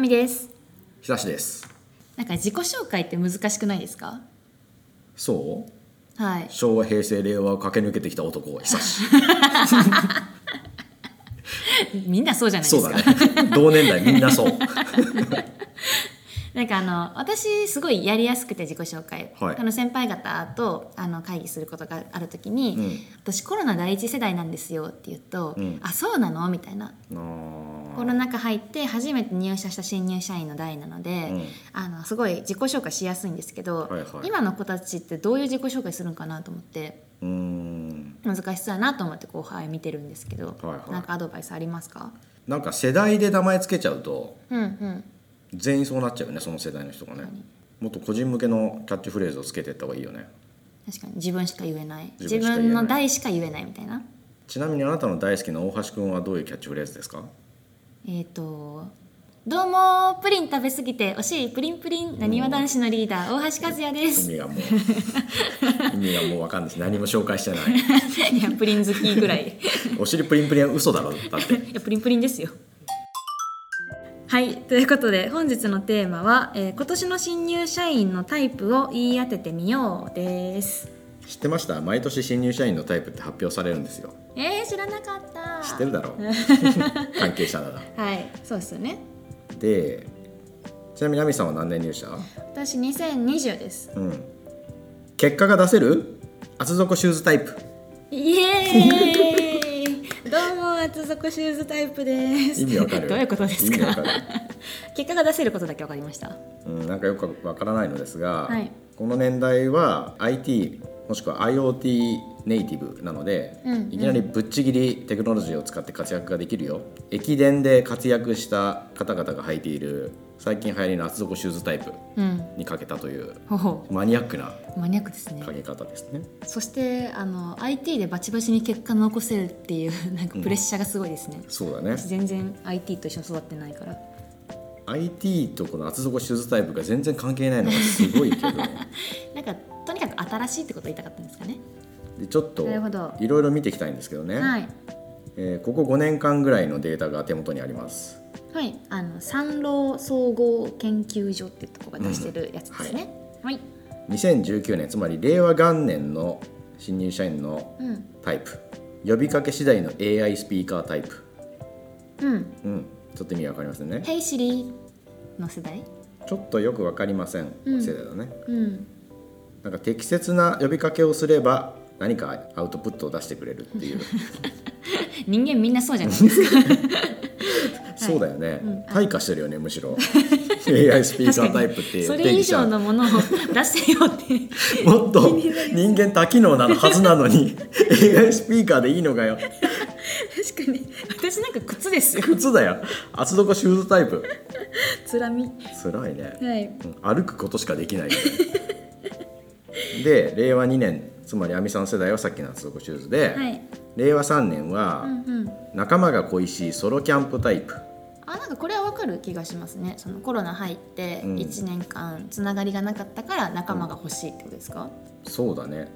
みです久しですなんか自己紹介って難しくないですかそうはい昭和平成令和を駆け抜けてきた男久しみんなそうじゃないで そすうかだ ね同年代みんなそう なんかあの私すごいやりやすくて自己紹介、はいあの先輩方とあの会議することがある時に、うん私コロナ第一世代なんですよって言うと「うんあそうなの?」みたいなあコロナ禍入って初めて入社した新入社員の代なので、うんあのすごい自己紹介しやすいんですけど、はいはい今の子たちってどういう自己紹介するんかなと思ってーうーん難しそうやなと思って後輩見てるんですけど、はいはいなんかアドバイスありますかなんか世代で名前つけちゃうとうんうん全員そうなっちゃうよねその世代の人がねもっと個人向けのキャッチフレーズをつけていった方がいいよね確かに自分しか言えない自自分分しか言えないの代しか言えないみたいなちなみにあなたの大好きな大橋くんはどういうキャッチフレーズですかえっ、と「どうもプリン食べ過ぎておしいプリンプリンなにわ男子のリーダー大橋和也で意す味 がもう意味がもうわかんないし何も紹介して ない」いやプリン好きぐら い。お尻プリンプリンは嘘だろだっていやプリンプリンですよはいということで本日のテーマは、えー今年の新入社員のタイプを言い当ててみようです知ってました毎年新入社員のタイプって発表されるんですよえー、知らなかった知ってるだ ろう関係者ならはいそうですよねでちなみにナミさんは何年入社私2020ですうん結果が出せる厚底シューズタイプイエーイどうも厚底シューズタイプです意味わか るどういうことです意味わかかる、結果が出せることだけわかりましたうん、なんかよくわからないのですが、はいこの年代は IT もしくは IoT ネイティブなので、うんうんいきなりぶっちぎりテクノロジーを使って活躍ができるよ駅伝で活躍した方々が履いている最近流行りの厚底シューズタイプうんにかけたというほほマニアックなマニアックですねかけ方ですね。そしてあの IT でバチバチに結果残せるっていうなんかプレッシャーがすごいですね、そうだね私全然 IT と一緒に育ってないから IT とこの厚底シューズタイプが全然関係ないのがすごいけ どなんかとにかく新しいってことを言いたかったんですかねでちょっとなるほどいろいろ見ていきたいんですけどね、はいえーここ5年間ぐらいのデータが手元にあります。はいあの三郎総合研究所っていうとこが出してるやつですね、はい、 2019年つまり令和元年の新入社員のうんタイプ呼びかけ次第の AI スピーカータイプうんうんちょっと意味わかりませんね「ヘイシリー」の世代ちょっとよくわかりませんうん世代だね、うんなんか適切な呼びかけをすれば何かアウトプットを出してくれるっていう人間みんなそうじゃないですかそうだよね、うん退化してるよねむしろ AI スピーカータイプっていう それ定以義者上のものを出せよってもっと 人間多機能なのはずなのに AI スピーカーでいいのかよ確かに私なんか靴ですよ靴だよ厚底シューズタイプつらみ辛いねはいうん歩くことしかで きないで令和2年つまり亜美さん世代はさっきの厚底シューズで、はい令和3年はうんうん仲間が恋しいソロキャンプタイプあなんかこれはわかる気がしますねそのコロナ入ってうん1年間つながりがなかったから仲間が欲しいってことですか、そうだね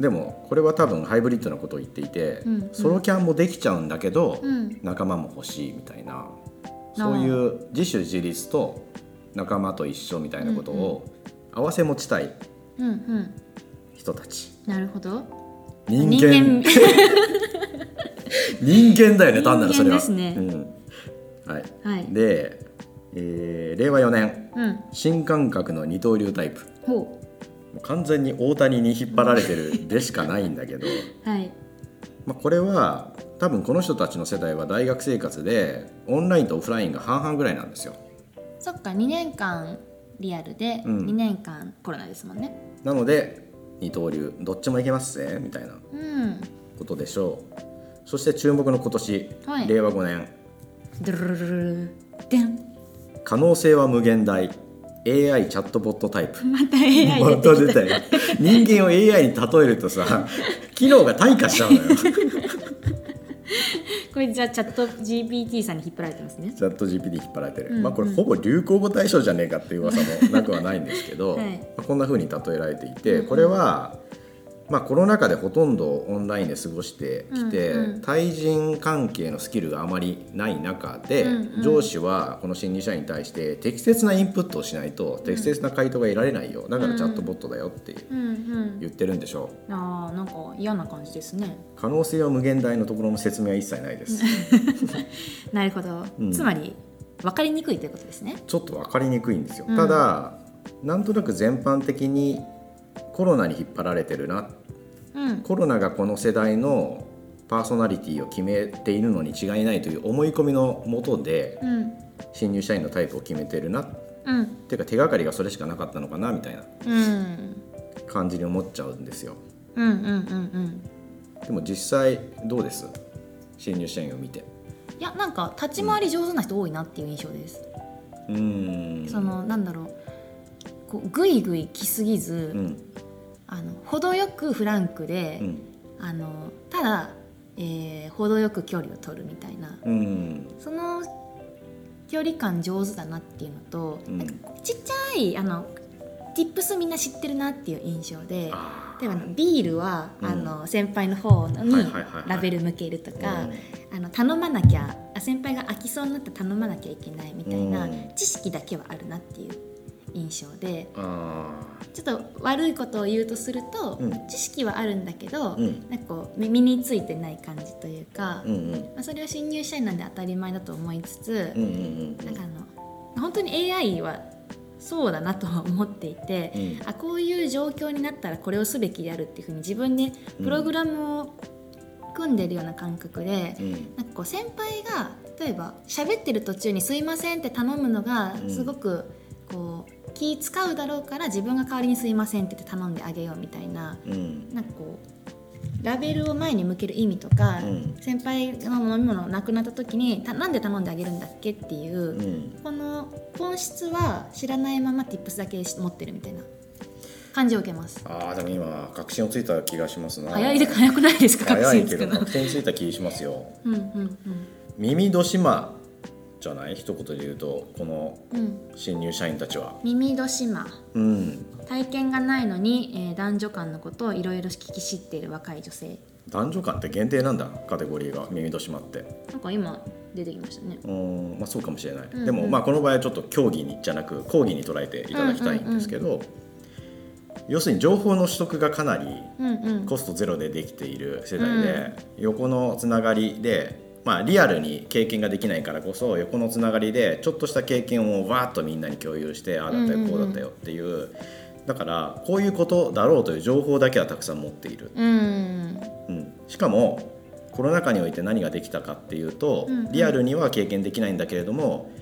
でもこれは多分ハイブリッドなことを言っていて、うんうんソロキャンもできちゃうんだけど、うん仲間も欲しいみたいなそういう自主自立と仲間と一緒みたいなことを合わせ持ちたいうんうん人たちなるほど人間人間だよね単なるそれ人間はですねうんはい、はいで、えー令和4年うん新感覚の二刀流タイプほもう完全に大谷に引っ張られてるでしかないん だけど、うはいまあ、これは多分この人たちの世代は大学生活でオンラインとオフラインが半々ぐらいなんですよそっか2年間リアルでうん2年間コロナですもんねなので二刀流どっちもいけますぜみたいうなんことでしょうそして注目の今年、はい令和5年ドゥルルルルルでん可能性は無限大 AI チャットボットタイプまた AI また出たよ人間を AI に例えるとさ機能が退化しちゃうのよチこれじゃあチャット GPT さんに引っ張られてますねャット GPT 引っ張られてる、うんうんまあこれほぼ流行語大賞じゃねえかっていう噂もなくはないんですけど、はいまあこんな風に例えられていて、うんうんこれは、まあ、コロナ禍でほとんどオンラインで過ごしてきて、うんうん対人関係のスキルがあまりない中で、うんうん上司はこの新入社員に対して適切なインプットをしないと適切な回答が得られないよだからチャットボットだよってうんうん言ってるんでしょうあーなんか嫌な感じですね可能性は無限大のところの説明は一切ないですなるほど、うんつまり分かりにくいということですねちょっと分かりにくいんですよ、うんただなんとなく全般的にコロナに引っ張られてるなうんコロナがこの世代のパーソナリティを決めているのに違いないという思い込みのもとでうん新入社員のタイプを決めてるなっうんていうか手がかりがそれしかなかったのかなみたいなうん感じに思っちゃうんですようんうんうんでも実際どうです新入社員を見ていやなんか立ち回り上手な人多いなっていう印象です、うーんそのなんだろうこうぐいぐい来すぎず、うんあの程よくフランクで、うんあのただ、えー、程よく距離を取るみたいなうんその距離感上手だなっていうのと、うんなんかちっちゃいあの Tips みんな知ってるなっていう印象であ例えばあのビールは、うんあの先輩の方にはいはいはいはいラベル向けるとーか、あの頼まなきゃあ先輩が飽きそうになったら頼まなきゃいけないみたいなうん知識だけはあるなっていう印象でうんあちょっと悪いことを言うとすると、うん知識はあるんだけど、ーうんなんかこう身身についてない感じというか、うんうんまあ、それは新入社員なんで当たり前だと思いつつ、うんうんなんかあの本当に AI はそうだなとは思っていて、うんあこういう状況になったらこれをすべきであるっていうふうに自分でプログラムを組んでるような感覚で、うんうんなんかこう先輩が例えば喋ってる途中に「すいません」って頼むのがうんすごくこう気使うだろうから自分が代わりに「すいません」って言って頼んであげようみたいなうんなんかこうラベルを前に向ける意味とか、うん先輩の飲み物なくなった時にたなんで頼んであげるんだっけっていうう、んこの本質は知らないまま Tips だけ持ってるみたいな感じを受けますああでも今確信をついた気がしますな早いで早くないですか早いけ確信つどくの確信ついた気しますようんうん耳どしまじゃない一言で言うとこのうんうん新入社員たちは耳戸島うん体験がないのに、えー男女間のことをいろいろ聞き知っている若い女性男女間って限定なんだカテゴリーが耳どしまってなんか今出てきましたねうーんまあそうかもしれない、んうんでもまあこの場合はちょっと競技にじゃなく講義に捉えていただきたいんですけど、要するに情報の取得がかなりうんうんコストゼロでできている世代で、横のつながりで、まあ、リアルに経験ができないからこそ横のつながりでちょっとした経験をわーっとみんなに共有してああだったうんうんうよんこうだったよっていう,、だからこういうことだろうという情報だけはたくさん持っている、うんうん、しかもコロナ禍において何ができたかっていうと、うんうんリアルには経験できないんだけれども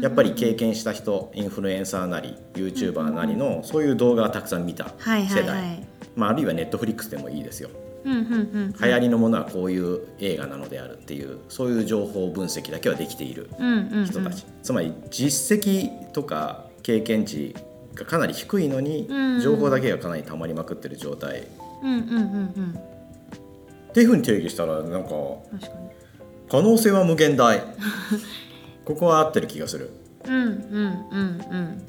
やっぱり経験した人インフルエンサーなり YouTuber なりのそういう動画をたくさん見たはいは世いは代、いまあ、あるいは Netflix でもいいですよ。うんうんうん流行りのものはこういう映画なのであるっていうそういう情報分析だけはできているうんうんうん人たち、つまり実績とか経験値がかなり低いのにうん情報だけがかなり溜まりまくってる状態っうんうんうんていうふうに定義したらなんかうん確かに可能性は無限大 ここは合ってる気がするうんうんうんうん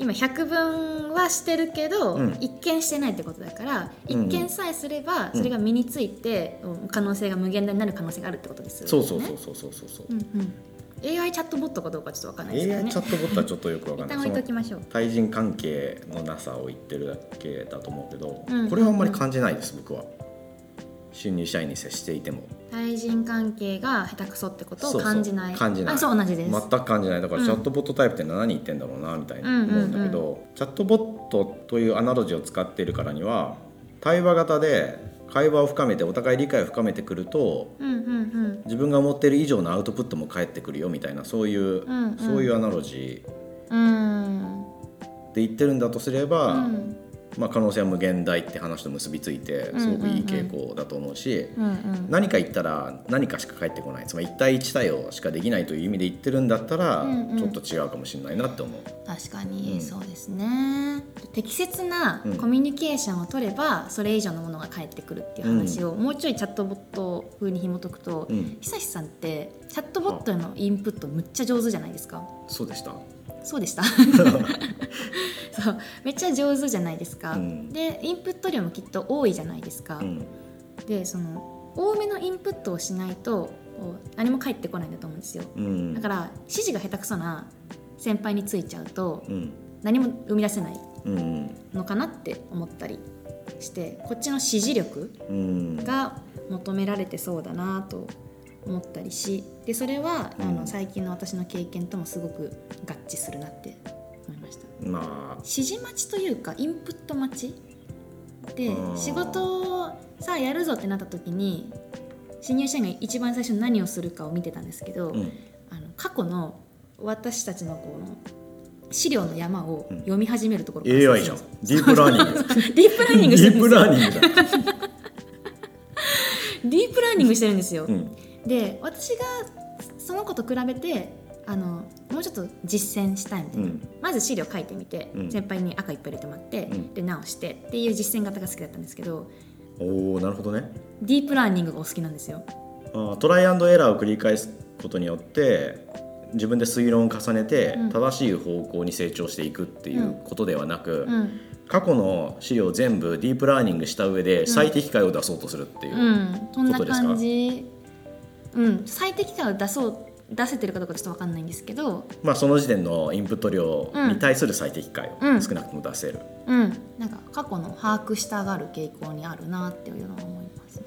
今百分はしてるけど、うん一見してないってことだからうんうん一見さえすればうんそれが身について、うん可能性が無限大になる可能性があるってことですよねそうそうそうそうそうそうそう、うんうん、AI チャットボットかどうかちょっとわかんないですけど AI ねチャットボットはちょっとよくわか一んな旦い置いとそきのましょう対人関係のなさを言ってるだけだと思うけど、うんこれはあんまり感じないです僕は新入社員に接していても対人関係が下手くそってことそをうそう感じない感じないあそう同じです、全く感じないだからうんチャットボットタイプって何言ってんだろうなみたいにうんうんうん思うんだけど、チャットボットというアナロジーを使っているからには対話型で会話を深めてお互い理解を深めてくるとうんうん自分が思っている以上のアウトプットも返ってくるよみたいなそういう、うんうんそういうアナロジーうんで言ってるんだとすれば、うんまあ、可能性は無限大って話と結びついてすごくいい傾向だと思うし。うんうん何か言ったら何かしか返ってこないつまり1対1対応しかできないという意味で言ってるんだったら、うんうんちょっと違うかもしれないなって思う確かに、うんそうですね適切なうんコミュニケーションを取れば、それ以上のものが返ってくるっていう話を、もうちょいチャットボット風に紐解くと、うん久志さんってチャットボットへのインプットむっちゃ上手じゃないですかそうでしたそうで したそうめっちゃ上手じゃないですか、うんでインプット量もきっと多いじゃないですか、うんでその多めのインプットをしないとこう何も返ってこないんだと思うんですようんだから指示が下手くそな先輩についちゃうとうん何も生み出せないうんのかなって思ったりしてこっちの支持力うんが求められてそうだなと思ったりしでそれは、あうのん最近の私の経験ともすごく合致するなって思いました。まあ指示待ちというかインプット待ちでうん仕事をさあやるぞってなった時に新入社員が一番最初に何をするかを見てたんですけど、うんあの過去の私たちのこの資料の山をうん読み始めるところから AI じゃんディープラーニ ングディープラーニングしデてィるんですよープラーニングだディープラーニングしてるんですよ、うんで私がその子と比べてあのもうちょっと実践したいみたいな、うんまず資料書いてみて、うん先輩に赤いっぱい入れてもらって、うんで直してっていう実践型が好きだったんですけどおおなるほどねディープラーニングがお好きなんですよあートライアンドエラーを繰り返すことによって自分で推論を重ねてうん正しい方向に成長していくっていうことではなく、うん、過去の資料を全部ディープラーニングした上で最適解を出そうとするっていう、うん、そんなことですか感じうん最適解を出そう出せてるかどうかちょっと分かんないんですけどまあ、その時点のインプット量に対する最適解うをん少なくとも出せる、うんなんか過去の把握したがる傾向にあるなっていうのは思いますね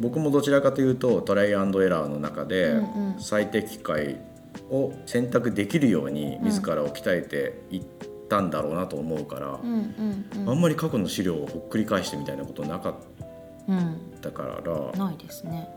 僕もどちらかというとトライアンドエラーの中でうんうん最適解を選択できるように自らを鍛えていったんだろうなと思うからう、んうんあうんんまり過去の資料をほっくり返してみたいなことなかっうんたからないですね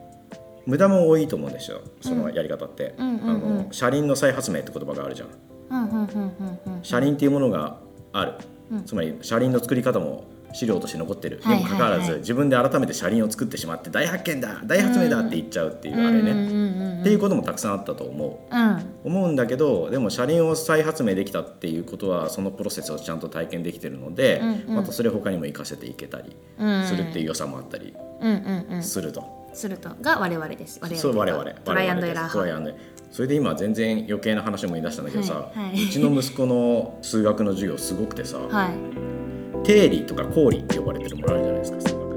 無駄も多いと思うんですよそのやり方って。うんうんあうんの車輪の再発明って言葉があるじゃん。うんうんうんうんうん車輪っていうものがある、うんつまり車輪の作り方も資料として残ってる、はいにもかかわらず、はいはい自分で改めて車輪を作ってしまって大発見だ大発明だって言っちゃうっていうあれね、うんうんうんうんっていうこともたくさんあったと思うんう思うんだけどでも車輪を再発明できたっていうことはそのプロセスをちゃんと体験できてるので、うんうんまたそれ他にも活かせていけたりうんするっていう良さもあったりうんうんうんすると、するとが我々です我々そう我々トライアンドエラー我々ですトライアンドエラーそれで今全然余計な話も言い出したんだけどさ、はいはいうちの息子の数学の授業すごくてさ、派はい定理とか公理って呼ばれてるものあるじゃないですか数学